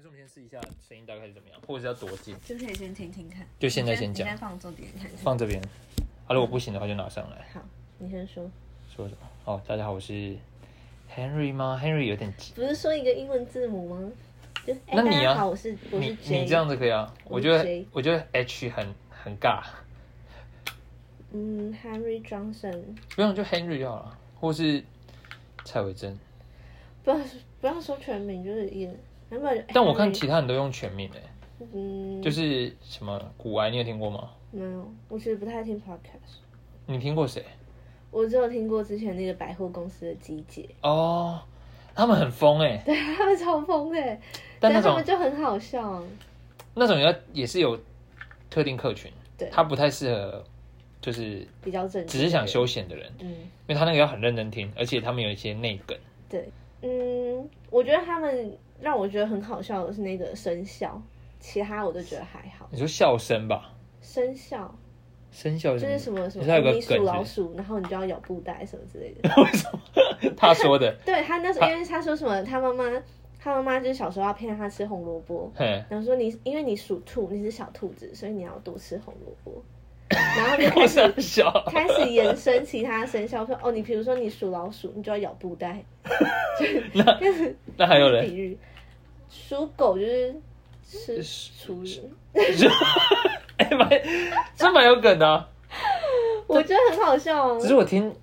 是我们先试一下声音大概是怎么样，或者是要多近？就可以先听听看。就现在你先讲你先放这边看看。放这边。啊，如果不行的话就拿上来。好，你先说。说什么？哦，大家好，我是 Henry 吗？Henry 有点急。不是说一个英文字母吗？就哎、那大你啊家好，我是我是你 J。你这样子可以啊？我我是觉得 J 我觉得 H 很很尬，嗯，Henry Johnson，不用就 Henry 就好了，或是蔡伟珍。不要不要说全名，就是也。原本但我看哎 Henry- 其他人都用全名诶、欸嗯，就是什么古癌，你有听过吗？没有，我其实不太听 podcast，你听过谁？我只有听过之前那个百货公司的集结， 哦，他们很疯诶、对他们超疯的，但那他种们就很好笑、啊。那种要也是有特定客群，对他不太适合，就是比较正，只是想。休闲的人，嗯，因为他那个要很认真听，而且他们有一些内梗。对，嗯，我觉得他们让我觉得很好笑的是那个生肖，其他我都觉得还好。你说笑声吧，生肖声效就是什么什他有么个你梗嗯属是老鼠，然后你就要咬布袋什么之类的。 为什么？ 他说的， 对他那时候，因为他说什么，他妈妈，他妈妈就是小时候要骗他吃红萝卜，嘿，然后说你因为你属兔，你是小兔子，所以你要多吃红萝 卜。然后就我开始想 笑，开始延伸其他生肖，说哦，你比如说你属老鼠，你就要咬布袋。那还有人比喻，属狗就是吃属厨余，哎蛮，这蛮有梗的啊、我觉得很好笑只哦。是我听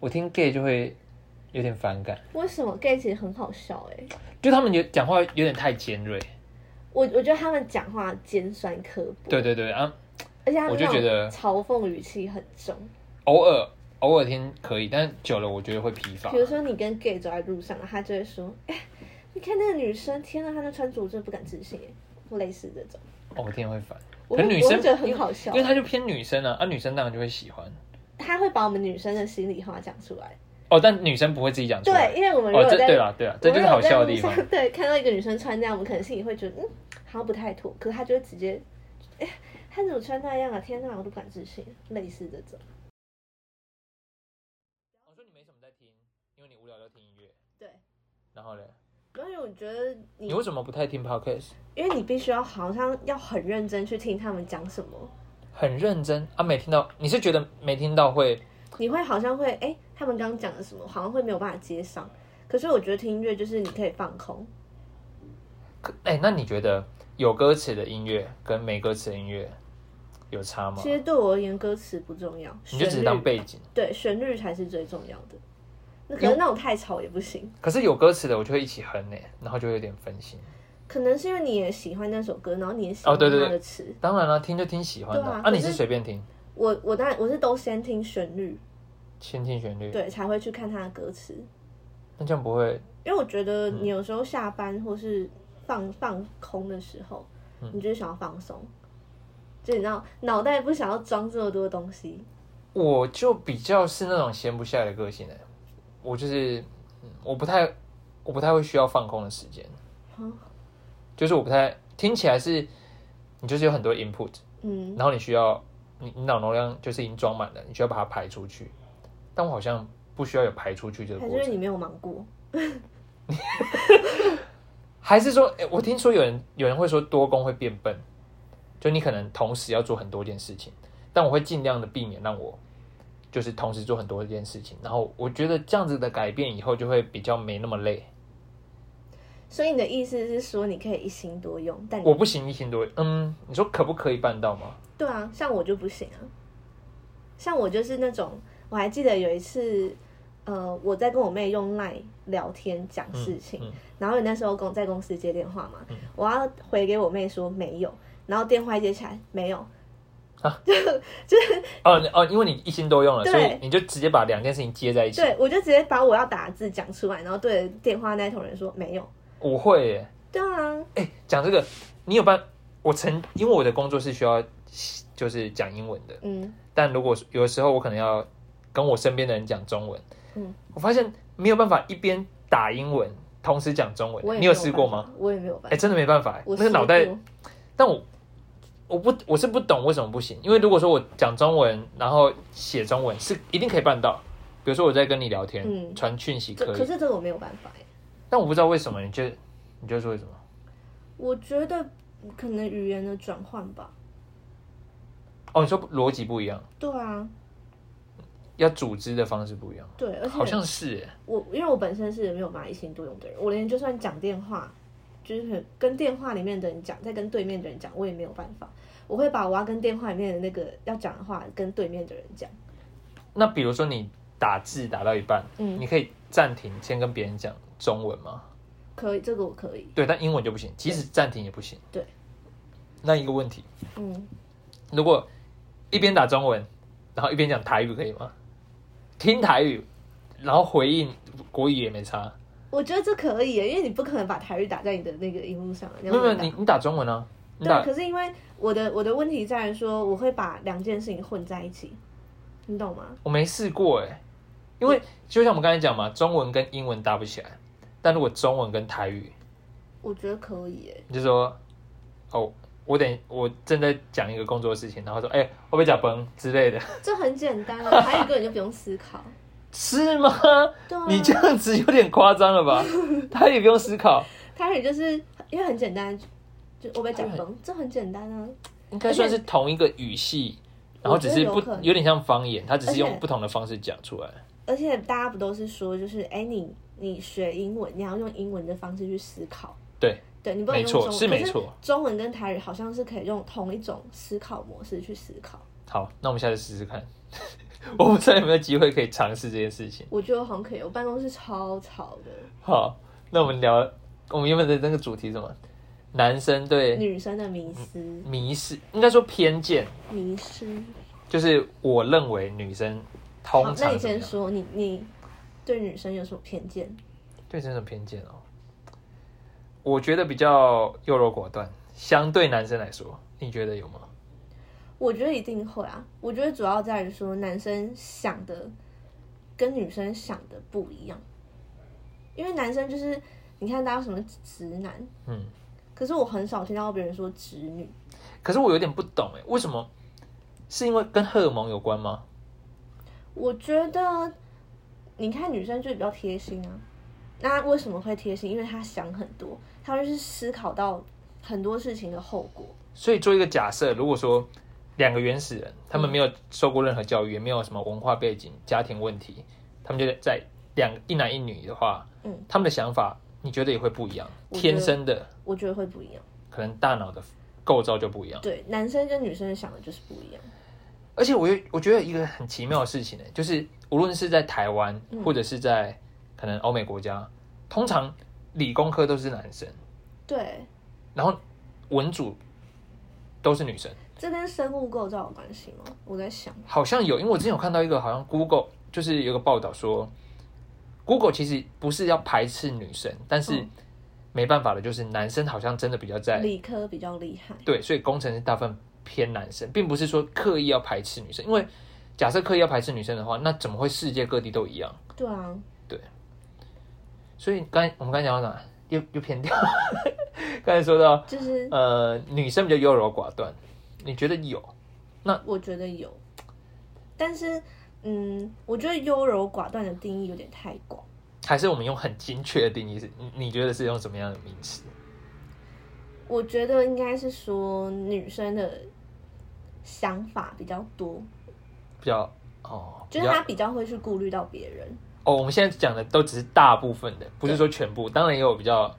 我听 gay 就会有点反感，为什么 gay 其实很好笑哎、就他们有讲话有点太尖锐。我我觉得他们讲话尖酸刻薄，对对对啊，而且他们我就那觉种得嘲讽语气很重。偶尔偶尔听可以，但久了我觉得会疲乏比。如说你跟 gay 走在路上，他就会说：“哎、你看那个女生，天呐，她那穿着我真的不敢置信。”哎，类似这种，哦，我听了会烦，我可会是女我生会觉得很好笑因，为他就偏女生啊，啊女生当然就会喜欢。他会把我们女生的心里话讲出来。哦，但女生不会自己讲出来。对，因为我们如哦，果这在、对啦对啦，这就是好笑的地方我。们如果在路上对，看到一个女生穿那样，我们可能心里会觉得嗯，好像不太妥，可是她就会直接，哎、她怎么穿那样啊？天哪，我都不敢置信，类似这种。我哦说你没什么在听，因为你无聊就听音乐。对，然后嘞，而且我觉得你你，为什么不太听 podcast？因为你必须要好像要很认真去听他们讲什么，很认真啊，没听到，你是觉得没听到会你会好像会哎、诶他们刚刚讲的什么，好像会没有办法接上。可是我觉得听音乐就是你可以放空，可哎、那你觉得有歌词的音乐跟没歌词的音乐有差吗其？实对我而言歌词不重要，嗯你就只是当旋律背景。对旋律才是最重要的。那可能那种太吵也不行，可是有歌词的，我就会一起哼呢、然后就会有点分心。可能是因为你也喜欢那首歌，然后你也喜欢哦对对对它的词。当然了、听就听喜欢的对啊啊，可你是是随便听，我我当然我是都先听旋律，先听旋律，对，才会去看它的歌词，那这样不会因为我觉嗯得你有时候下班或是放放空的时候，嗯你就是想要放松，就你知道脑袋不想要装这么多东西。我就比较是那种闲不下来的个性的，我就是嗯我不太我不太会需要放空的时间，嗯就是我不太听起来是你就是有很多 input，嗯，然后你需要你你脑容量就是已经装满了，你需要把它排出去，但我好像不需要有排出去这个还是过因为程，你没有忙过，还是说，诶我听说有人有人会说多工会变笨，就你可能同时要做很多件事情，但我会尽量的避免让我。就是同时做很多件事情，然后我觉得这样子的改变以后就会比较没那么累。所以你的意思是说你可以一心多用，但你我不行一心多用，嗯，你说可不可以办到吗？对啊，像我就不行啊，像我就是那种，我还记得有一次，呃，我在跟我妹用 LINE 聊天讲事情，嗯嗯嗯然后你那时候公在公司接电话嘛，我要回给我妹说没有，然后电话一接起来没有，哦你哦，因为你一心多用了，对所以你就直接把两件事情接在一起。对我就直接把我要打的字讲出来，然后对着电话那头人说没有，我会耶，对啊，哎、讲这个，你有办？我曾因为我的工作是需要就是讲英文的，嗯，但如果是有的时候我可能要跟我身边的人讲中文，嗯，我发现没有办法一边打英文同时讲中文我，也你没有试过办吗？法？我也没有办哎、法，真的没办法耶，我那个脑袋试过但我我不我是不懂为什么不行，因为如果说我讲中文，然后写中文是一定可以办到。比如说我在跟你聊天，嗯传讯息这可以，可是这个我没有办法哎、但我不知道为什么你就你就说为什么？我觉得可能语言的转换吧。哦，你说逻辑不一样，对啊，要组织的方式不一样，对，而且好像是耶我因为我本身是没有办法一心多用的人，我连就算讲电话，就是跟电话里面的人讲，再跟对面的人讲，我也没有办法。我会把我要跟电话里面的那个要讲的话跟对面的人讲。那比如说你打字打到一半，嗯你可以暂停，先跟别人讲中文吗？可以，这个我可以。对，但英文就不行，即使暂停也不行。对，那一个问题，嗯，如果一边打中文，然后一边讲台语可以吗？听台语，然后回应国语也没差。我觉得这可以耶，因为你不可能把台语打在你的那个荧幕上啊。你没要有没有，怎么打你你打中文啊，你对，打可是因为我的我的问题在于说，我会把两件事情混在一起，你懂吗？我没试过哎、因为就像我们刚才讲嘛，中文跟英文搭不起来，但如果中文跟台语，我觉得可以耶。你就说哦，我等我正在讲一个工作的事情，然后说哎、我被讲崩之类的， 这很简单啊，台语根本就不用思考。是吗？ 对啊，你这样子有点夸张了 吧？他也不用思考，台语就是因为很简单，就我被讲崩，这很简单啊。应该算是同一个语系，而且然后只是不我觉得有可能有点像方言，他只是而且用不同的方式讲出来。而且大家不都是说，就是哎、你你学英文，你要用英文的方式去思考。对，对你不能没用中错，文，是没可错。中文跟台语好像是可以用同一种思考模式去思考，好，那我们下次试试看。 我不知道有没有机会可以尝试这件事情。我觉得好像可以。我办公室超吵的，好，那我们聊我们原本的那个主题是什么？男生对女生的迷思，迷失，应该说偏见，迷失。就是我认为女生好通，那常怎么你先样说，你你对女生有什么偏见？对这种偏见哦，我觉得比较优柔寡断，相对男生来说，你觉得有吗？我觉得一定会啊。我觉得主要在于说，男生想的跟女生想的不一样，因为男生就是你看大家什么直男，嗯，可是我很少听到别人说直女。可是我有点不懂哎，为什么？是因为跟荷尔蒙有关吗？我觉得你看女生就比较贴心啊，那为什么会贴心？因为她想很多，她就是思考到很多事情的后果。所以做一个假设，如果说两个原始人，他们没有受过任何教育，也没有什么文化背景、家庭问题，他们就在两一男一女的话，嗯，他们的想法你觉得也会不一样，我觉得天生的我觉得会不一样，可能大脑的构造就不一样。对，男生跟女生想的就是不一样。而且我又我觉得一个很奇妙的事情呢，欸就是无论是在台湾嗯或者是在可能欧美国家，通常理工科都是男生，对，然后文组都是女生，这跟生物构造有关系吗？我在想，好像有，因为我之前有看到一个好像 Google 就是有个报道说，Google 其实不是要排斥女生，但是嗯没办法的，就是男生好像真的比较在理科比较厉害。对，所以工程师大部分偏男生，并不是说刻意要排斥女生，因为假设刻意要排斥女生的话，那怎么会世界各地都一样？对啊，所以刚才我们刚才讲到哪？又又偏掉。 刚才说到就是呃，女生比较优柔寡断，你觉得有？我觉得有，但是嗯，我觉得优柔寡断的定义有点太广。还是我们用很精确的定义是？你你觉得是用什么样的名词？我觉得应该是说女生的想法比较多，比较哦，就比是较她比较会去顾虑到别人。哦，我们现在讲的都只是大部分的，不是说全部。当然也有比较，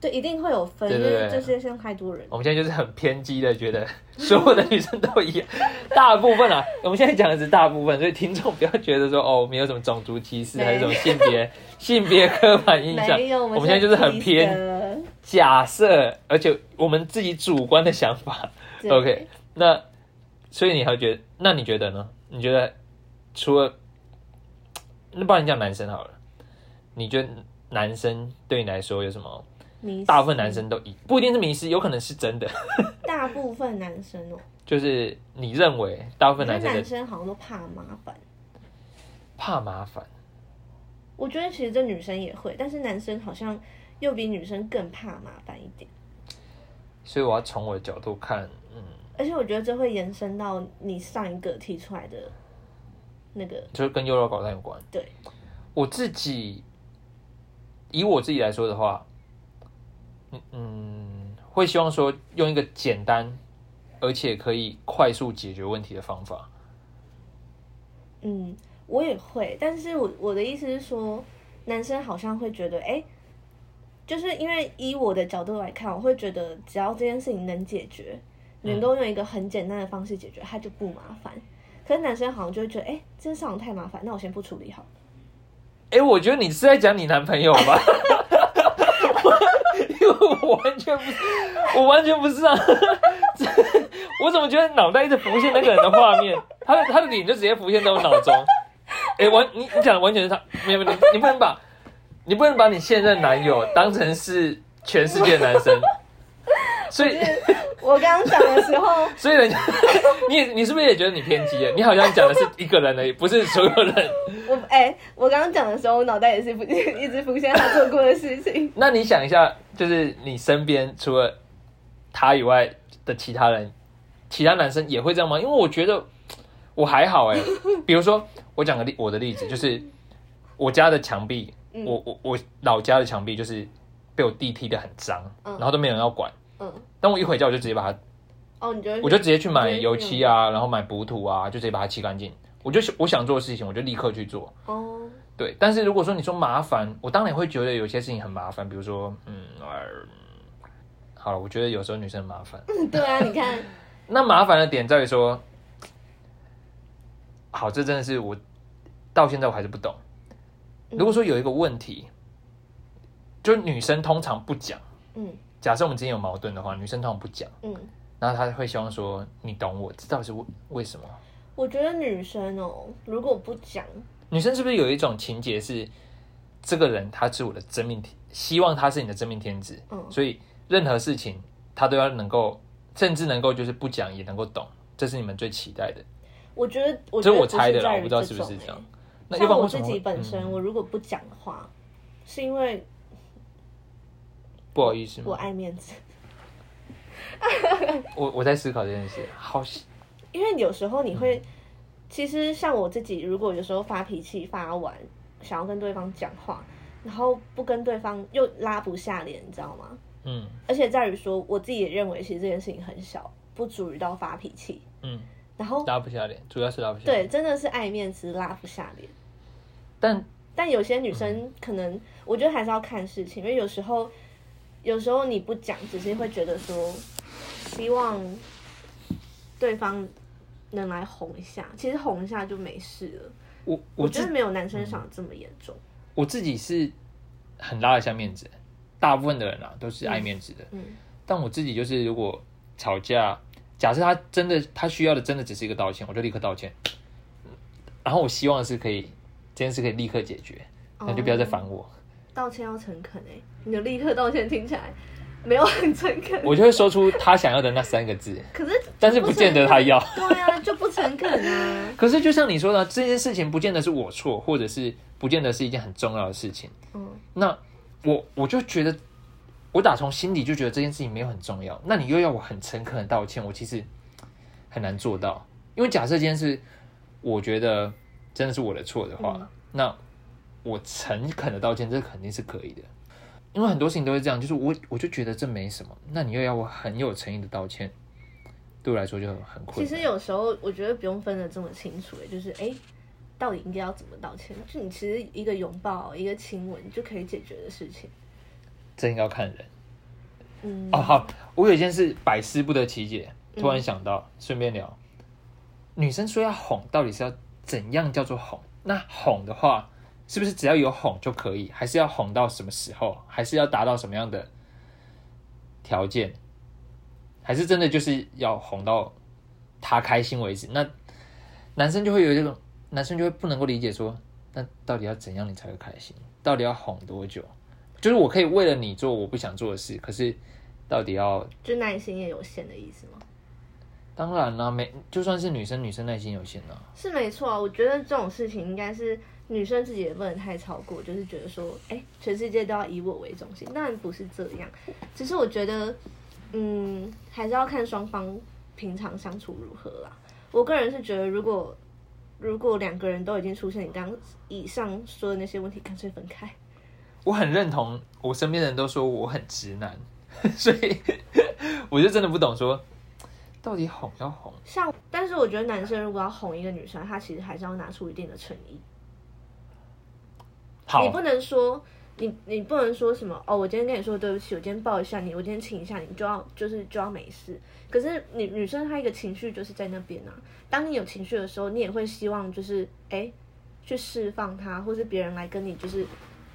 对，一定会有分，对因对对为这世界上太多人。我们现在就是很偏激的，觉得所有的女生都一样， 大部分啊。我们现在讲的是大部分，所以听众不要觉得说哦，我们有什么种族歧视 没还是什么性别性别刻板印象。没有，我们现在就是很偏 的。假设，而且我们自己主观的想法。 对 OK，那所以你还觉得？那你觉得呢？你觉得除了那不然你讲男生好了，你觉得男生对你来说有什么？迷大部分男思，生都一不一定是迷失，有可能是真的， 大部分男生哦，就是你认为大部我分觉得男生男的生好像都怕麻烦。怕麻烦，我觉得其实这女生也会，但是男生好像又比女生更怕麻烦一点。所以我要从我的角度看，嗯，而且我觉得这会延伸到你上一个提出来的那个，就是跟优柔寡断有关。对，我自己以我自己来说的话，嗯嗯，会希望说用一个简单而且可以快速解决问题的方法。嗯，我也会，但是我我的意思是说，男生好像会觉得，哎、就是因为以我的角度来看，我会觉得只要这件事情能解决，嗯能够用一个很简单的方式解决，它就不麻烦。可是男生好像就会觉得，哎、这件事好像太麻烦，那我先不处理好了。 哎、我觉得你是在讲你男朋友吧？ 因为我完全不是，我完全不是啊！我怎么觉得脑袋一直浮现那个人的画面？他的他的脸就直接浮现在我脑中。哎、完，你你讲的完全是他，没有没有，你你不能把，你不能把你现任男友当成是全世界的男生，所以我刚刚讲的时候，所以人家， 你也你是不是也觉得你偏激了？你好像讲的是一个人而已，不是所有人。我哎、我刚刚讲的时候，我脑袋也是不一直浮现 他做过的事情。那你想一下，就是你身边除了他以外的其他人，其他男生也会这样吗？因为我觉得我还好 哎、比如说，我讲个例，我的例子就是我家的墙壁，嗯我我我老家的墙壁就是被我弟踢得很脏，嗯然后都没有人要管。嗯，但我一回家，我就直接把它，哦，你觉得我嗯就直接去买油漆啊，然后买补土啊，就直接把它漆干净。我就我想做的事情，我就立刻去做。哦， 对，但是如果说你说麻烦，我当然会觉得有些事情很麻烦，比如说，嗯，呃好了，我觉得有时候女生很麻烦。对啊，你看，那麻烦的点在于说，好，这真的是我到现在我还是不懂。如果说有一个问题，就是女生通常不讲，嗯假设我们之间有矛盾的话，女生通常不讲，嗯。然后她会希望说你懂我，这到底是为为什么？我觉得女生哦，如果不讲，女生是不是有一种情节是，这个人他是我的真命天，希望他是你的真命天子，嗯所以任何事情他都要能够，甚至能够就是不讲也能够懂，这是你们最期待的。我觉得，我这觉是得我猜的啦，不我不知道在于是不是种这样。那欸。要不然像我为什自么己会本身，嗯我如果不讲的话，是因为不好意思吗，我爱面子。 我我在思考这件事，好因为有时候你会，嗯其实像我自己，如果有时候发脾气发完，想要跟对方讲话，然后不跟对方又拉不下脸，你知道吗？嗯而且在于说，我自己也认为其实这件事情很小，不足以到发脾气。嗯，然后拉不下脸，主要是拉不下脸。对，真的是爱面子拉不下脸。但但有些女生可能，我觉得还是要看事情，因为有时候，有时候你不讲，只是会觉得说，希望对方能来哄一下，其实哄一下就没事了。我我我觉自得没有男生想的这么严重。我自己是很拉得下面子，大部分的人啊都是爱面子的。嗯但我自己就是，如果吵架，假设他真的他需要的真的只是一个道歉，我就立刻道歉。然后我希望是可以这件事可以立刻解决，那就不哦要再烦我。道歉要诚恳哎、你的立刻道歉听起来没有很诚恳，我就会说出他想要的那三个字，可是但是不见得他要。对啊，就不诚恳 啊。可是就像你说的，这件事情不见得是我错，或者是不见得是一件很重要的事情。嗯那我我就觉得，我打从心底就觉得这件事情没有很重要。那你又要我很诚恳的道歉，我其实很难做到。因为假设今天是我觉得真的是我的错的话，嗯那我诚恳的道歉，这肯定是可以的。因为很多事情都是这样，就是我我就觉得这没什么，那你又要我很有诚意的道歉，对我来说就很很困其难。实有时候我觉得不用分得这么清楚，哎，就是哎、诶到底应该要怎么道歉？就你其实一个拥抱、一个亲吻就可以解决的事情。这应该要看人。嗯，哦，好，我有一件事百思不得其解，突然想到，顺、便聊。女生说要哄，到底是要怎样叫做哄？那哄的话，是不是只要有哄就可以？还是要哄到什么时候？还是要达到什么样的条件？还是真的就是要哄到她开心为止？那男生就会有这种，男生就会不能够理解说，那到底要怎样你才会开心？到底要哄多久？就是我可以为了你做我不想做的事，可是到底要？就耐心也有限的意思吗？当然啦、没就算是女生，女生耐心有限啦、是没错啊，我觉得这种事情应该是女生自己也不能太超过，就是觉得说，哎、全世界都要以我为中心，当然不是这样。只是我觉得，嗯，还是要看双方平常相处如何啦。我个人是觉得，如果如果两个人都已经出现你刚以上说的那些问题，干脆分开。 我很认同，我身边的人都说我很直男，所以我就真的不懂说，到底哄要哄，像，但是我觉得男生如果要哄一个女生，他其实还是要拿出一定的诚意。好你不能说你你不能说什么哦，我今天跟你说对不起，我今天抱一下你，我今天亲一下你，就要就是就要没事。可是你女生她一个情绪就是在那边啊，当你有情绪的时候，你也会希望就是哎去释放它，或是别人来跟你就是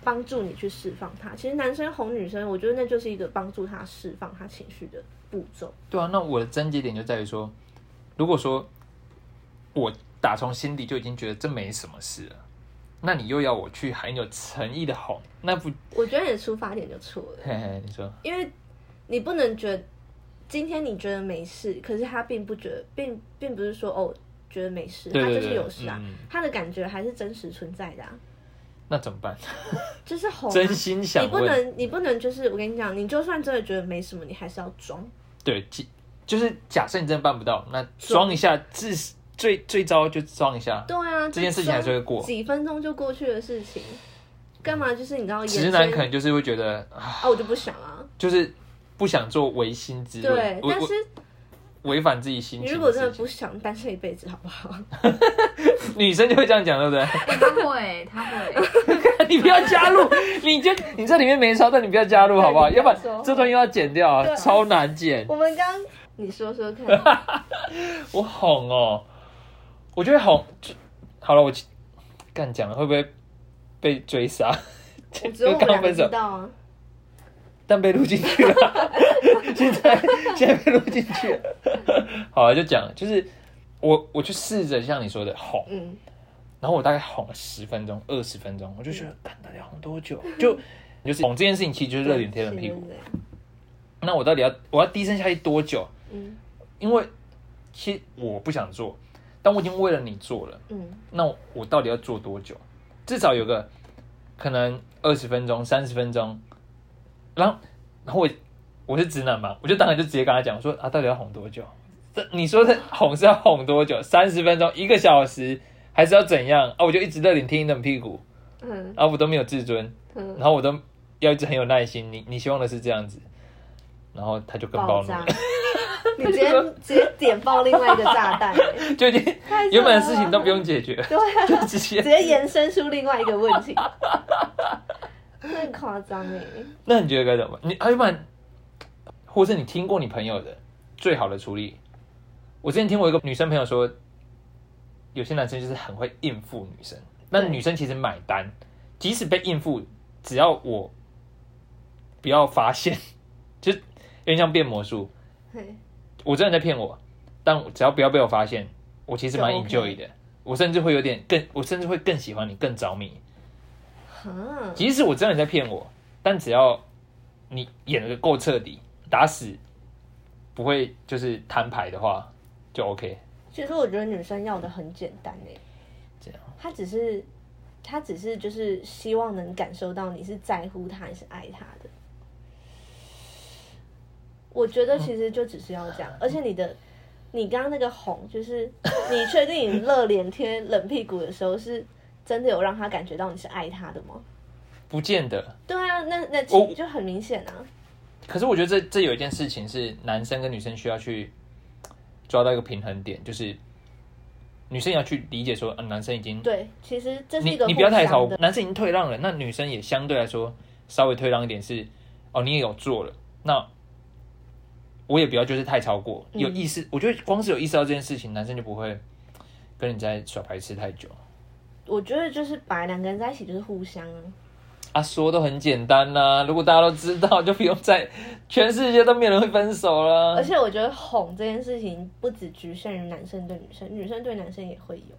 帮助你去释放它。其实男生哄女生，我觉得那就是一个帮助她释放她情绪的步骤。对啊，那我的症结点就在于说，如果说我打从心底就已经觉得这没什么事了，那你又要我去很有诚意的哄，那不，我觉得你的出发点就错了。嘿嘿，你说，因为你不能觉得今天你觉得没事，可是他并不觉得，并并不是说哦觉得没事，对对他就是对有事啊，嗯他的感觉还是真实存在的、啊，那怎么办？就是哄、啊。真心你想不问，能，你不能，就是我跟你讲，你就算真的觉得没什么，你还是要装。对，即就是假设你真的办不到，那装一下，至最最糟就装一下，对啊，这件事情还是会过装几分钟就过去的事情，干嘛？就是你知道，直男可能就是会觉得，啊啊，我就不想啊。就是不想做违心之对论，，违但是违违反自己心你情如果的真的事情。不想，单身一辈子好不好？女生就会这样讲，对不 对？欸 他会，他会，你不要加入，你就你这里面没抄，但你不要加入，好不好？对要不然你不要说这段又要剪掉啊，对超难剪。 我们刚你说说看，我哄哦，我觉得哄就好了。我其干讲了会不会被追杀？ 我只有我们刚两个分知手，道啊。但被录进去 了。现在现在被录进去了。好了，就讲了，就是我我去试着像你说的哄，嗯，然后我大概哄了十分钟、二十分钟，我就觉得，干到底要哄多久？就就是哄这件事情，其实就是热脸贴冷屁股是。这样。那我到底要我要低声下气多久？嗯因为其实我不想做，但我已经为了你做了，嗯那我我到底要做多久？至少有个可能二十分钟、三十分钟，然后然后我我是直男嘛，我就当然就直接跟他讲说啊，到底要哄多久？这你说的哄是要哄多久？三十分钟、一个小时，还是要怎样啊？我就一直热脸贴你冷屁股，嗯啊，我都没有自尊，然嗯，后我都要一直很有耐心。你你希望的是这样子，然后他就更暴爆怒炸 了，！你直接直接点爆另外一个炸 弹、欸，就已经太扯原本的事情都不了用解决， 对啊，就直接直接延伸出另外一个问题， 那很夸张哎。那你觉得该怎么办？你啊要不然，或是你听过你朋友的最好的处理？我之前听我一个女生朋友说，有些男生就是很会应付女生，那对女生其实买单，即使被应付，只要我不要发现， 就有点像变魔术。嘿我真的在骗我，但我只要不要被我发现，我其实蛮就 enjoy OK 的。我甚至会有点更，我甚至会更喜欢你，更着迷。哈，即使我真的在骗我，但只要你演的够彻底，打死不会就是摊牌的话，就 OK。其实我觉得女生要的很简单哎、这样，她只是她只是就是希望能感受到你是在乎她，你是爱她的。我觉得其实就只是要这嗯样，而且你的你刚刚那个哄，就是你确定你热脸贴冷屁股的时候，是真的有让她感觉到你是爱她的吗？不见得。对啊，那那我就很明显啊。可是我觉得这这有一件事情是男生跟女生需要去抓到一个平衡点，就是女生也要去理解说，呃、男生已经对，其实这是一你个你不要太互吵相，的，男生已经退让了，那女生也相对来说稍微退让一点是，哦，你也有做了，那我也不要就是太超过，嗯有意识，我觉得光是有意识到这件事情，男生就不会跟你在耍白痴太久我觉得就是本来两个人在一起就是互相啊。啊，说都很简单呐、如果大家都知道，就不用再全世界都没有人会分手啦而。且我觉得哄这件事情不只局限于男生对女生，女生对男生也会有。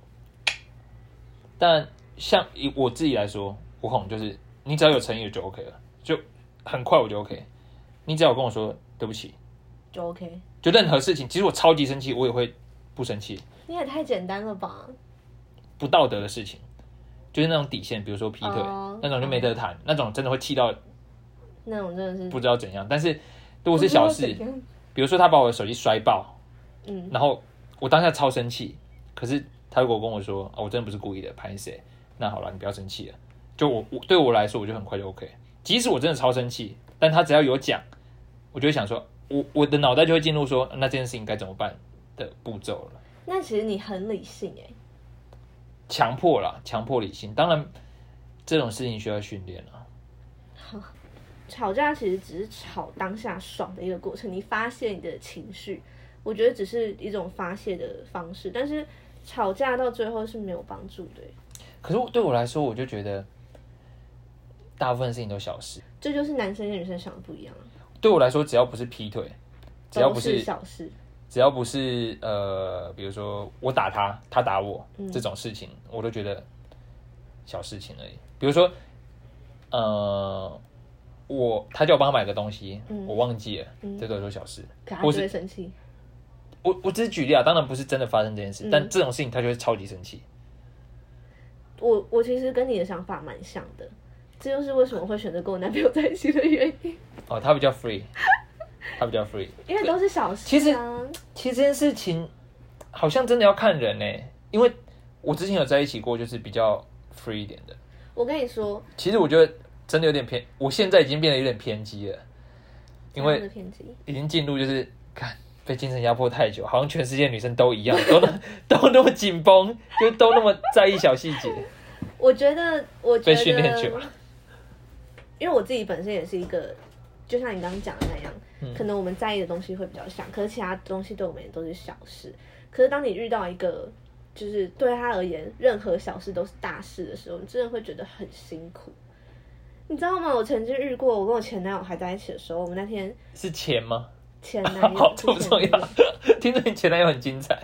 但像以我自己来说，我哄就是你只要有诚意就 OK 了，就很快我就 OK，你只要有跟我说对不起。就 OK。就任何事情，其实我超级生气，我也会不生气。你也太简单了吧？不道德的事情，就是那种底线，比如说劈腿、哦那种就没得谈，那种真的会气到那种真的是不知道怎样。但是如果是小事，，比如说他把我的手机摔爆，嗯，然后我当下超生气，可是他如果跟我说啊，我真的不是故意的，拍谁？那好了，你不要生气了。就我我对我来说，我就很快就 OK。即使我真的超生气，但他只要有讲，我就会想说，我我的脑袋就会进入说那这件事情该怎么办的步骤了。那其实你很理性哎、强迫啦，强迫理性。当然，这种事情需要训练啊。吵架其实只是吵当下爽的一个过程，你发泄你的情绪，我觉得只是一种发泄的方式，但是吵架到最后是没有帮助的欸、可是我对我来说，我就觉得大部分事情都小事。这就是男生跟女生想的不一样啊，对我来说，只要不是劈腿，只要都不是是小事，只要不是呃，比如说我打他，他打我、嗯这种事情，我都觉得小事情而已。比如说，呃，我他叫我帮他买个东西，嗯我忘记了，嗯这都是小事。可他或就是会生气。我我只是举例啊，当然不是真的发生这件事，嗯但这种事情他就会超级生气。我我其实跟你的想法蛮像的，这就是为什么会选择跟我男朋友在一起的原因，哦，他比较 free，他比较 free。因为都是小事、啊。其实其实这件事情好像真的要看人呢、欸因为我之前有在一起过，就是比较 free 一点的。我跟你说，其实我觉得真的有点偏，我现在已经变得有点偏激了，因这样为的偏激，已经进入就是看被精神压迫太久，好像全世界女生都一样，都那 都那么紧绷，就都那么在意小细节，我觉得，我觉被得训练久了。因为我自己本身也是一个，就像你刚刚讲的那样，嗯可能我们在意的东西会比较像，可是其他东西对我们也都是小事。可是当你遇到一个，就是对他而言任何小事都是大事的时候，你真的会觉得很辛苦。你知道吗？我曾经遇过，我跟我前男友还在一起的时候，我们那天是钱吗？前男 友好，这不重之前要。听说你前男友很精彩，。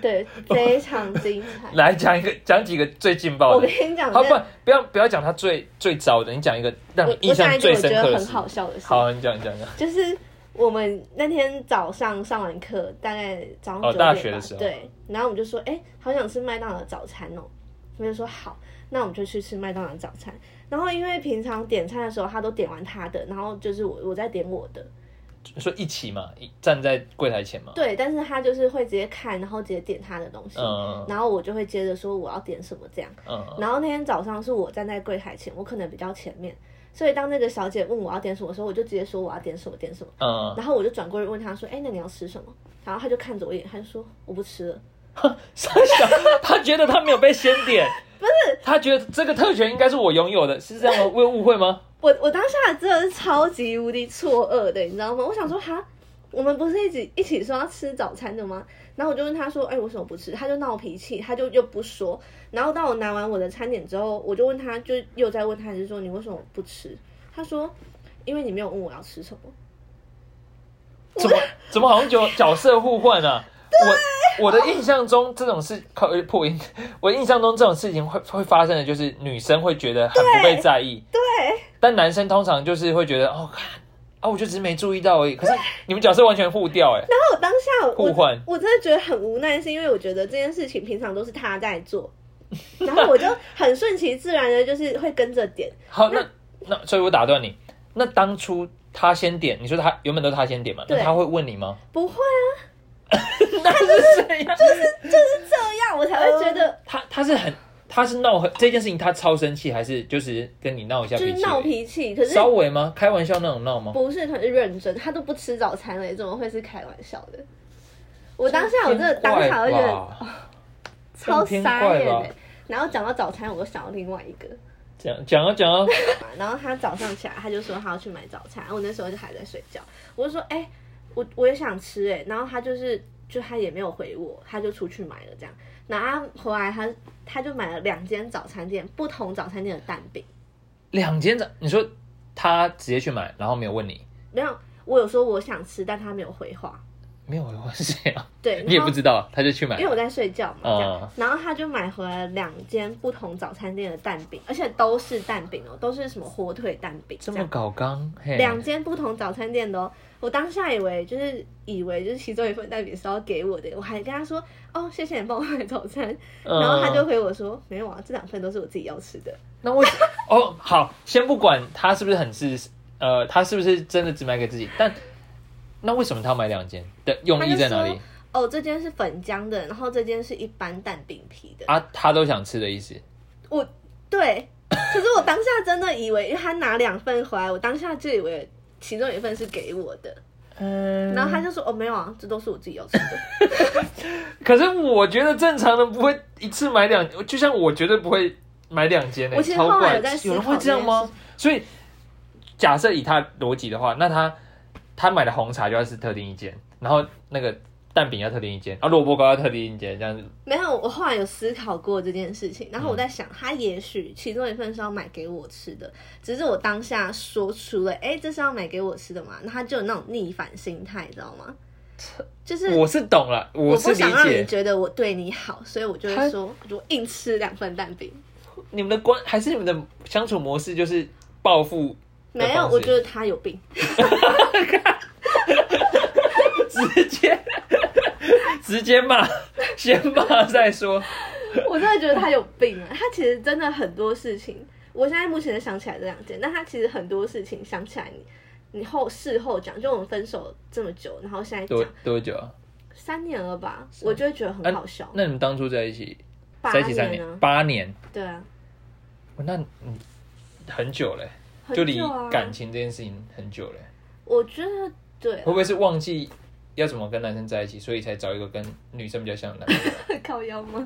对，非常精彩来讲一个，讲几个最劲爆我的跟。你讲，好，真不的然不要不要讲他最最糟的，你讲一个让你我印我讲象一个最我觉深刻得的很事。好笑的事，好，你讲你讲你讲。就是我们那天早上上完课，大概早上哦九点大吧、学的时候对，然后我们就说，哎、好想吃麦当劳的早餐哦，我们就说好，那我们就去吃麦当劳的早餐。然后因为平常点餐的时候，他都点完他的，然后就是我我在点我的，说一起嘛，一站在柜台前嘛。 对，但是他就是会直接看，然后直接点他的东西，嗯然后我就会接着说我要点什么这样。嗯，然后那天早上是我站在柜台前，我可能比较前面，所以当那个小姐问我要点什么的时候，我就直接说我要点什么点什么。嗯，然后我就转过去问他说：“哎、那你要吃什么？”然后他就看着我一眼，他就说：“我不吃了。傻笑，他觉得他没有被先 点，不是，他觉得这个特权应该是我拥有的，是这样吗？我有误会 吗？我”我当下真的是超级无敌错愕的，你知道吗？我想说哈，我们不是一起一起说要吃早餐的吗？然后我就问他说：“哎、为什么不吃？”他就闹脾气，他就又不说。然后到我拿完我的餐点之后，我就问他，就又在问他，就是说你为什么不吃？他说：“因为你没有问我要吃什么。怎么怎么好像角角色互换啊？我我的印象中这种事靠破音，我印象中这种事情会会发生的就是女生会觉得很不被在意，”对，但男生通常就是会觉得哦，看啊，我就只是没注意到而已。可是你们角色完全互调，哎，我当下我互换我真的觉得很无奈，是因为我觉得这件事情平常都是他在做，然后我就很顺其自然的，就是会跟着点。好，那那所以我打断你，那当初他先点，你说他原本都是他先点嘛？那对他会问你 吗？不会啊，那是谁呀？是这样啊我才会觉得他他是很他是闹很这件事情，他超生气还是就是跟你闹一下就是脾气？闹脾气，可是稍微吗？开玩笑那种闹吗？不是很认真，他都不吃早餐了，怎么会是开玩笑的？我当下我真的当场我会就觉得哦超偏傻怪眼吧的。然后讲到早餐，我又想到另外一个，讲讲啊讲啊，然后他早上起来，他就说他要去买早餐，我那时候就还在睡觉，我就说，哎、我我也想吃、哎，然后他就是就他也没有回我，他就出去买了这样，然后他回来他他就买了两间早餐店不同早餐店的蛋饼，两间早，你说他直接去买，然后没有问你，没有，我有说我想吃，但他没有回话，没有问是谁啊？对，你也然不后知道，他就去买因为。我在睡觉嘛，这样哦然后他就买回来两间不同早餐店的蛋饼，而且都是蛋饼哦，都是什么火腿蛋饼，这样么搞刚，嘿两间不同早餐店的哦。我当下以为就是以为就是其中一份蛋饼是要给我的，我还跟他说哦，谢谢你帮我买早餐，嗯然后他就回我说没有啊，这两份都是我自己要吃的。那为 哦好，先不管他是不是很自私，呃，他是不是真的只买给自己，但那为什么他要买两间的用意在哪他就里说哦，这间是粉浆的，然后这间是一般蛋饼皮的。啊？他都想吃的意思，我对，可是我当下真的以为，因为他拿两份回来，我当下就以为其中一份是给我的，嗯，然后他就说：“哦，没有啊，这都是我自己要吃的。可是我觉得正常的不会一次买两，就像我绝对不会买两间我诶，其实超后来怪有在，思有人考会这样这件吗？所以假设以他逻辑的话，那他他买的红茶就要是特定一间，然后那个蛋饼要特定一间，啊萝卜糕要特定一间，这样子。”没有，我后来有思考过这件事情，然后我在想，他也许其中一份是要买给我吃的，只是我当下说出了“哎，这是要买给我吃的嘛”，那他就有那种逆反心态，你知道吗？就是我是懂了，我是不理想让你解觉得我对你好，所以我就会说，我硬吃两份蛋饼。你们的关，还是你们的相处模式就是报复的方式。没有，我觉得他有病。直接 直接骂，先骂再说。我真的觉得他有病啊！他其实真的很多事情，我现在目前想起来这两件，但他其实很多事情想起来你，你后事后讲，就我们分手这么久，然后现在多讲多久啊？三年了吧，我就会觉得很好笑。那你们当初在一起，八在一起三啊年，，八年，对啊，哇那嗯很久嘞，很就离久啊感情这哦件事情很久嘞。我觉得对会不会是忘记要怎么跟男生在一起，所以才找一个跟女生比较像的男生？啊，靠 腰吗？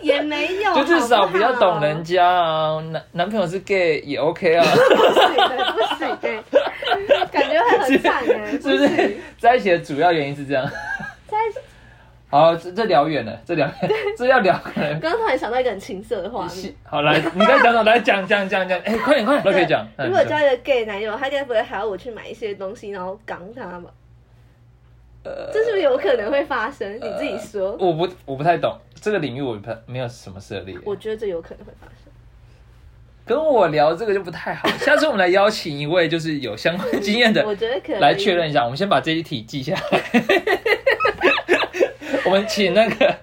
也没有，就至 好少好比较懂人家啊，男男朋友是 gay 也 OK 啊，不行的，不行的，感觉会很惨哎， 是 不是行？？在一起的主要原因是这样。在好，这这聊远了，这聊远， 这要聊可能刚刚突然想到一个很情色的画面。好，来， 你再讲讲，来讲讲讲讲，哎、快点快点，都可以讲。如果交一个 gay 男友，他该不会还要我去买一些东西，然后港他吧？呃这是不是有可能会发生？你自己说，我不我不太懂这个领域，我不太没有什么涉猎。我觉得这有可能会发生。跟我聊这个就不太好，下次我们来邀请一位就是有相关经验的我觉得可以来确认一下。我们先把这一题记下来。 我们请那个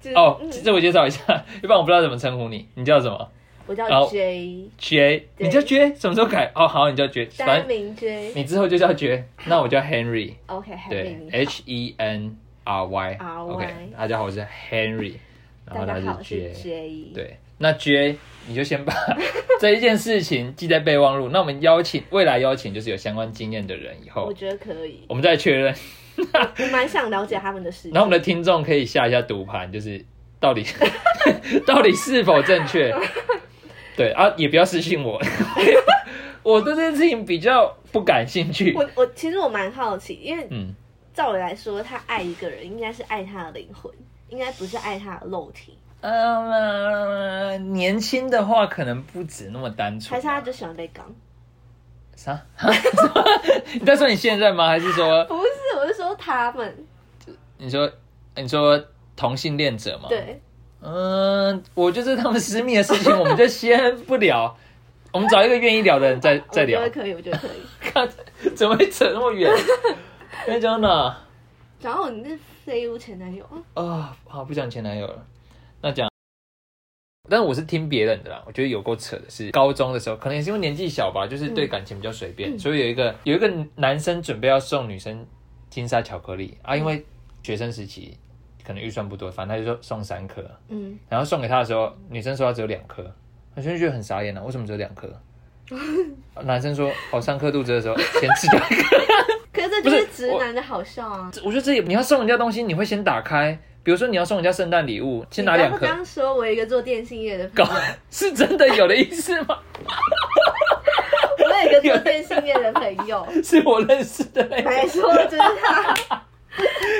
就是哦，嗯自我介绍一下，要不然我不知道怎么称呼你。你叫什么我叫好 J， ？J，对你叫 J，什么时候改？哦，好，你叫 J，反单正名 J。你之后就叫 J，那我叫 Henry。 OK，h 对 y ，H E N R Y。 R Y OK，大家好，我是 Henry，然大后家好，他我是是 J。 J。对，那 J 你就先把 这一件事情记在备忘录。那我们邀请未来邀请就是有相关经验的人，以我后觉得可以，我们再确认。我蛮想了解他们的事情。然后我们的听众可以下一下赌盘，就是到底 到底是否正确。对啊，也不要私信我， 我对这件事情比较不感兴趣。我我其实我蛮好奇，因为嗯，照理来说，他爱一个人应该是爱他的灵魂，应该不是爱他的肉体，呃，年轻的话可能不止那么单纯啊，还是他就喜欢被刚？啥？ 你在说你现任吗？还是说不是，我是说他们你说你说同性恋者吗？，对。嗯，我觉得这是他们私密的事情，我们就先不聊，我们找一个愿意聊的人再再聊我觉。得可以，我觉得 可以。看，怎么会扯那么远？哎那讲哪？然后你是废物前男友，啊，好，不讲前男友了，那讲。但我是听别人的啦，我觉得有够扯的是，高中的时候可能也是因为年纪小吧，就是对感情比较随便，所以有一个有一个男生准备要送女生金沙巧克力啊，因为学生时期可能预算不多，反正他就说送三颗，嗯，然后送给他的时候，女生说她只有两颗，女生就觉得很傻眼了、啊为什么只有两颗？男生说哦，上课肚子的时候先吃掉一颗。可是这就是不是直男的好笑啊！我觉得这也你要送人家东西，你会先打开，比如说你要送人家圣诞礼物，先拿两你颗刚。刚说我有一个做电信业的朋搞友，是真的有的意思吗？ 我有一个做电信业的朋友，是我认识的那个 没错，就是他。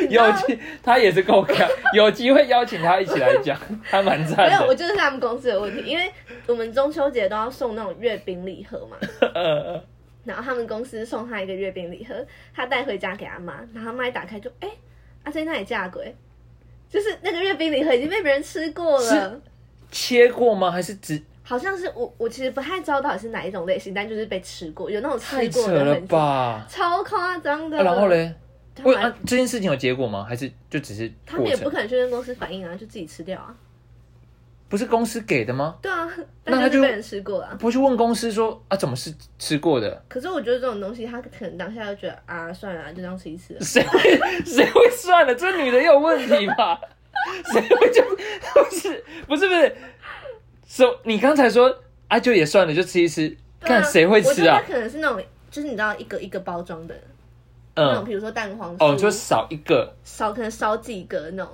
有机，他也是够看，有机会邀请他一起来讲，他蛮赞没有，我的。就是他们公司的问题，因为我们中秋节都要送那种月饼礼 盒嘛，呃然后他们公司送他一个月饼礼盒，他带回家给他妈，然后他妈一打开就哎、啊在那里嫁鬼，就是那个月饼礼盒已经被别人吃过了是。切过吗？还是只好像是我，我其实不太知道到底是哪一种类型，但就是被吃过，有那种太吃过扯的了痕迹，吧？超夸张的。啊然后，嘞，他为们、啊这件事情有结果吗？还是就只是他们过也不程？可能去跟公司反映啊，就自己吃掉啊。不是公司给的吗？对啊，那他但就是就被人吃过啊。不去问公司说啊，怎么是吃过的？可是我觉得这种东西，他可能当下就觉得啊，算了啊，就这样吃一次。谁会谁会算的？这女的也有问题吧？谁会就不是不是不是？手、你刚才说啊，就也算了，就吃一吃，对啊 看谁会吃我觉得啊他？可能是那种就是你知道一个一个包装的、那嗯，种，比如说蛋黄酥，哦，就少一个少可能少几个那种，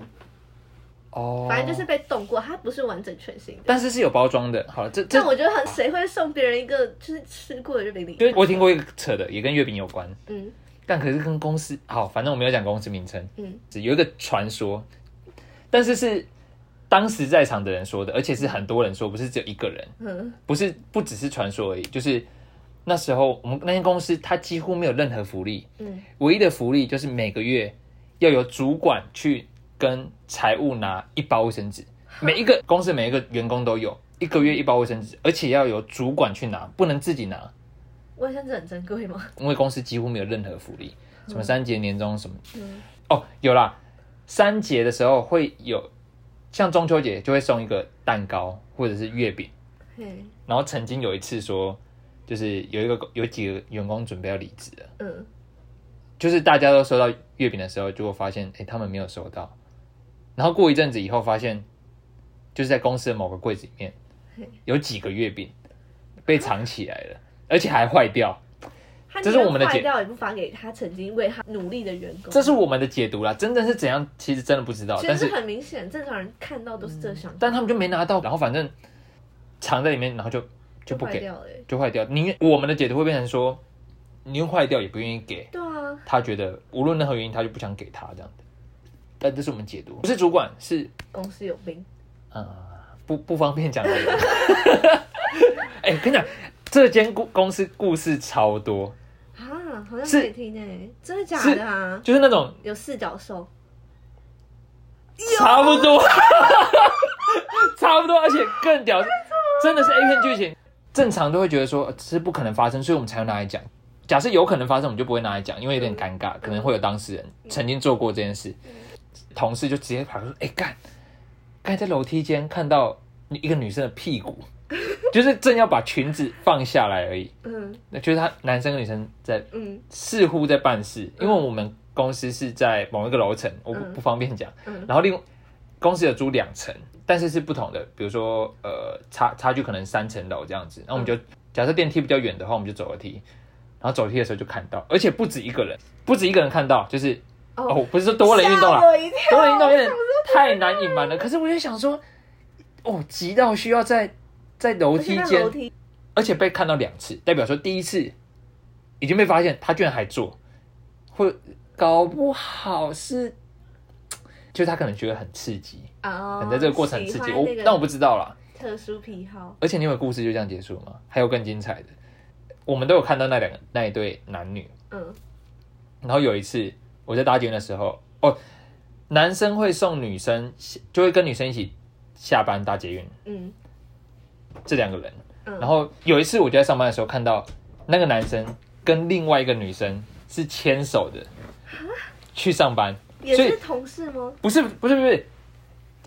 哦，反正就是被冻过，它不是完整全新的。但是是有包装的。好了，这这但，我觉得很，谁会送别人一个就是吃过的月饼礼？就是我听，过一个扯的，也跟月饼有关，嗯但可是跟公司好，反正我没有讲公司名称，嗯，只有一个传说，但是是当时在场的人说的，而且是很多人说，不是只有一个人，嗯，不是不只是传说而已，就是那时候我们那间公司它几乎没有任何福利，嗯，唯一的福利就是每个月要有主管去跟财务拿一包卫生纸，每一个公司每一个员工都有一个月一包卫生纸，而且要有主管去拿，不能自己拿，卫生纸很珍贵吗？因为公司几乎没有任何福利，什么三节年终什么嗯，哦，有啦，三节的时候会有，像中秋节就会送一个蛋糕或者是月饼。嘿，然后曾经有一次说，就是有一个有几个员工准备要离职了，嗯，就是大家都收到月饼的时候，结果发现哎他们没有收到，然后过一阵子以后发现，就是在公司的某个柜子里面嘿有几个月饼被藏起来了，而且还坏掉。他这是我们的宁愿解坏掉也不发给他曾经为他努力的员工，这是我们的解读啦，真的是怎样，其实真的不知道，其但实是很明显，正常人看到都是这想法，但他们就没拿到，然后反正藏在里面，然后就就就不坏给，掉了欸。就坏掉。宁愿我们的解读会变成说，宁愿坏掉也不愿意给。对啊，他觉得无论任何原因，他就不想给他这样的。但这是我们解读，不是主管，是公司有病，呃 不不方便讲的人。 哎、跟你讲，这间公公司故事超多，啊，好像是可以听诶，真的假的啊？就是那种有四角兽，差不多， 差不多，而且更屌，真的是 A 片剧情。正常都会觉得说呃这是不可能发生，所以我们才要拿来讲。假设有可能发生，我们就不会拿来讲，因为有点尴尬，可能会有当事人曾经做过这件事，同事就直接跑出说：“哎、干，刚才在楼梯间看到一个女生的屁股，就是正要把裙子放下来而已。嗯那就是他男生跟女生在嗯似乎在办事，因为我们公司是在某一个楼层，我不嗯不方便讲。嗯然后另公司有租两层，但是是不同的，比如说呃差差距可能三层楼这样子，那我们就、嗯假设电梯比较远的话，我们就走楼梯，然后走楼梯的时候就看到，而且不止一个人，不止一个人看到，就是哦，哦，不是说多人运动吓啦，我一跳，多人运动有啊点太难隐瞒了。可是我就想说，哦，急到需要在在楼而且梯那间，楼梯而且被看到两次，代表说第一次已经被发现，他居然还做，会搞不好是，就是他可能觉得很刺激，啊，可能在这个过程很刺激，喜欢我那个但我不知道啦。特殊癖好，而且你有故事就这样结束吗？还有更精彩的，我们都有看到那两个那一对男女，嗯然后有一次我在搭捷运的时候，哦，男生会送女生，就会跟女生一起下班搭捷运，嗯这两个人，嗯，然后有一次我就在上班的时候看到那个男生跟另外一个女生是牵手的去上班，也所以是同事吗？不是不是不是，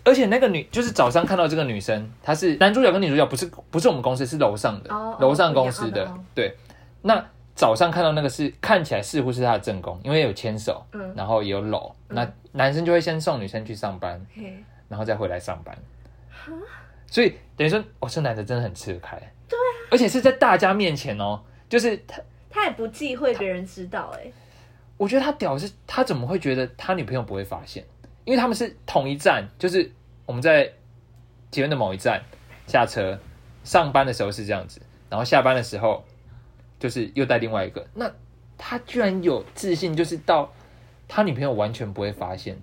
而且那个女就是早上看到这个女生，她是男主角跟女主角不是不是我们公司是楼上的哦哦楼上公司不一的样的哦对，那早上看到那个是看起来似乎是她的正宫，因为有牵手，嗯然后也有搂，嗯那男生就会先送女生去上班，嘿，然后再回来上班哈。所以等于说，哦，这男的真的很吃得开。对啊，而且是在大家面前哦，就是他，他也不忌讳别人知道，哎，我觉得他屌是，他怎么会觉得他女朋友不会发现？因为他们是同一站，就是我们在捷运的某一站下车，上班的时候是这样子，然后下班的时候就是又带另外一个。那他居然有自信，就是到他女朋友完全不会发现，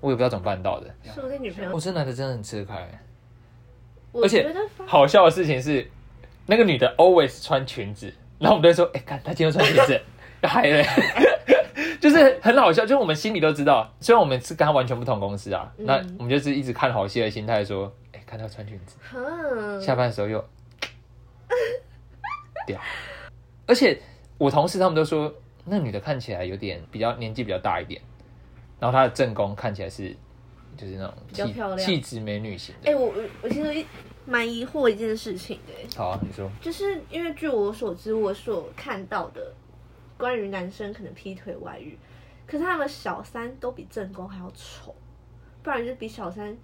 我也不知道怎么办到的。说不定女朋友我、，这男的真的很吃得开。我且觉得发好笑的事情是，那个女的 always 穿裙子，然后我们都会说，哎、看她今天又穿裙子， 还嘞，就是很好笑，就是我们心里都知道，虽然我们是跟她完全不同公司啊，嗯那我们就是一直看好戏的心态说，哎、看她穿裙子，哼下班的时候又 屌，而且我同事他们都说，那女的看起来有点比较年纪比较大一点，然后她的正宫看起来是就是那种比较气漂亮气质美女型哎、的，我我我其实蛮疑惑一件事情的欸，好、啊，你说，就是因为据我所知，我所看到的关于男生可能劈腿外遇，可是他们小三都比正宫还要丑，不然就比小三，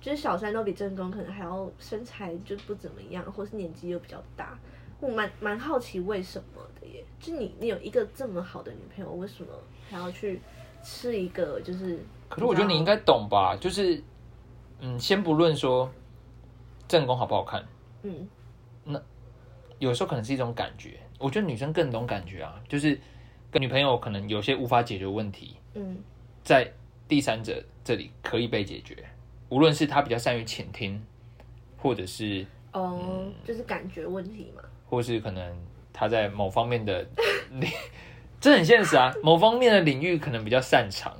就是小三都比正宫可能还要身材就不怎么样，或是年纪又比较大。我蛮蛮好奇为什么的耶，就你你有一个这么好的女朋友，为什么还要去吃一个就是？可是我觉得你应该懂吧，就是，嗯，先不论说正宫好不好看，嗯，有时候可能是一种感觉。我觉得女生更懂感觉啊，就是跟女朋友可能有些无法解决的问题，嗯在第三者这里可以被解决，无论是他比较善于倾听，或者是哦，嗯就是感觉问 题嘛。或是可能他在某方面的 领，这很现实啊，某方面的领域可能比较擅长。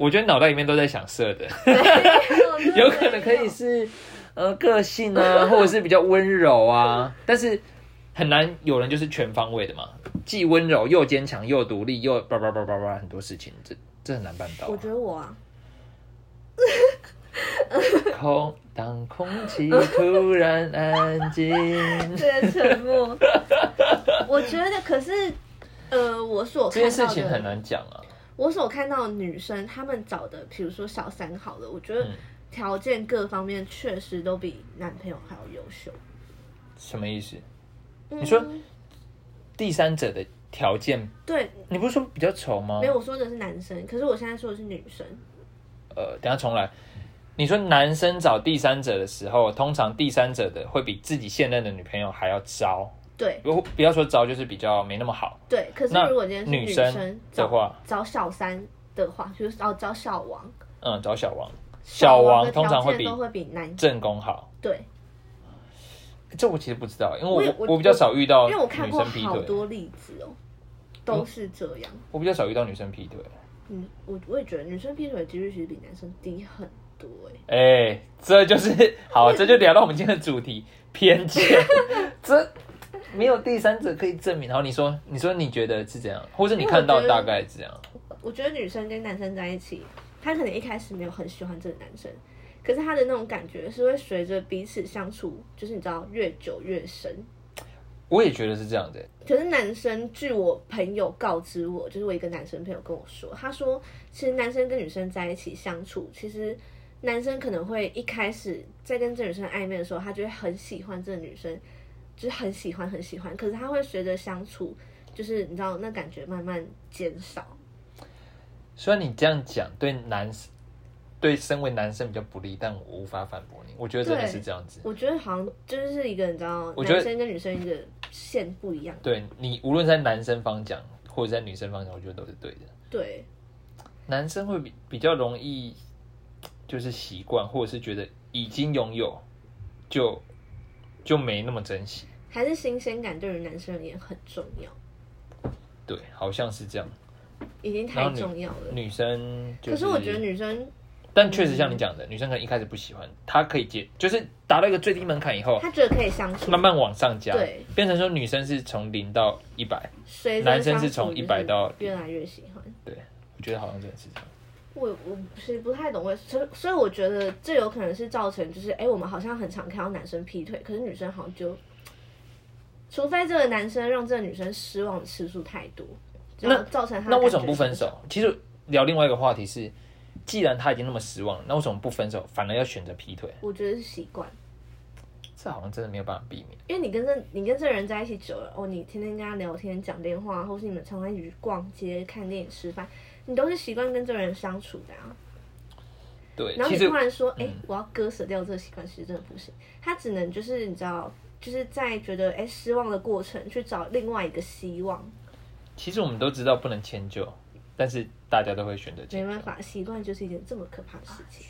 我觉得脑袋里面都在想色的， 哦有可能可以是呃个性 啊，或者是比较温柔啊，但是很难有人就是全方位的嘛，既温柔又坚强又独立又叭叭叭叭叭很多事情，这这很难办到啊、我觉得我啊，空，当空气突然安静， 这个 沉默，我觉得可是，呃，我所这件看事到情很的，难讲啊。我所看到的女生她们找的，比如说小三好了，我觉得嗯条件各方面确实都比男朋友还要优秀。什么意思？你你说第三者的条件，对，你不是说比较丑吗没？有，我说的是男生，可是我现在说的是女生。呃，等一下重来。你说男生找第三者的时候，通常第三者的会比自己现任的女朋友还要糟，对不不要说糟，就是比较没那么好。对，可是那如果今天是女生生找的话找小三的话，就是找找小王，嗯，找小王，小王的通常条会件比都会比男正宫好。对，这我其实不知道，因为我也我我我比较少遇到因为我看哦女过生劈好腿，多例子哦，都是这样。我比较少遇到女生劈腿。嗯，我我也觉得女生劈腿的几率其实比男生低很多哎、哎、这就是 好，这就聊到我们今天的主题偏见。 这没有第三者可以证明。然后你说，你说你觉得是这样，或者你看到大概是这样，我觉得女生跟男生在一起，她可能一开始没有很喜欢这个男生，可是她的那种感觉是会随着彼此相处，就是你知道越久越深。我也觉得是这样的、可是男生，据我朋友告知我，就是我一个男生朋友跟我说，他说其实男生跟女生在一起相处，其实男生可能会一开始在跟这女生暧昧的时候，他就会很喜欢这个女生，就是很喜欢很喜欢，可是他会随着相处，就是你知道那感觉慢慢减少。虽然你这样讲对男对身为男生比较不利，但我无法反驳你。我觉得真的是这样子。我觉得好像就是一个你知道，我觉得男生跟女生一个线不一样，对你，无论在男生方讲，或者在女生方讲，我觉得都是对的。对，男生会比比较容易就是习惯，或者是觉得已经拥有就就没那么珍惜。还是新鲜感对于男生而言很重要，对，好像是这样。已经太然后女重要了。女生、就可是我觉得，女生但确实像你讲的，女生可能一开始不喜欢，她可以接，就是达到一个最低门槛以后，他觉得可以相处，哦慢慢往上加，对，变成说女生是从零到一百，随着男生相是处从就是100到越来越喜欢。我觉得好像真的是这样。我我其实不太懂为，所以所以我觉得这有可能是造成就是，哎、我们好像很常看到男生劈腿，可是女生好像就，除非这个男生让这个女生失望的次数太多，就那造成他那为什么不分？手？其实聊另外一个话题是，既然他已经那么失望了，那为什么不分手，反而要选择劈腿？我觉得是习惯，这好像真的没有办法避免。因为你跟这你跟这人在一起久了，哦，你天天跟他聊天、讲电话，或是你们常常一起去逛街、看电影、吃饭，你都是习惯跟这人相处的啊。对，然后其你实突然说，哎、嗯我要割舍掉这个习惯，其实真的不行。他只能就是你知道，就是在觉得哎、诶失望的过程，去找另外一个希望。其实我们都知道不能迁就，但是大家都会选择没迁就办。法，习惯就是一件这么可怕的事情。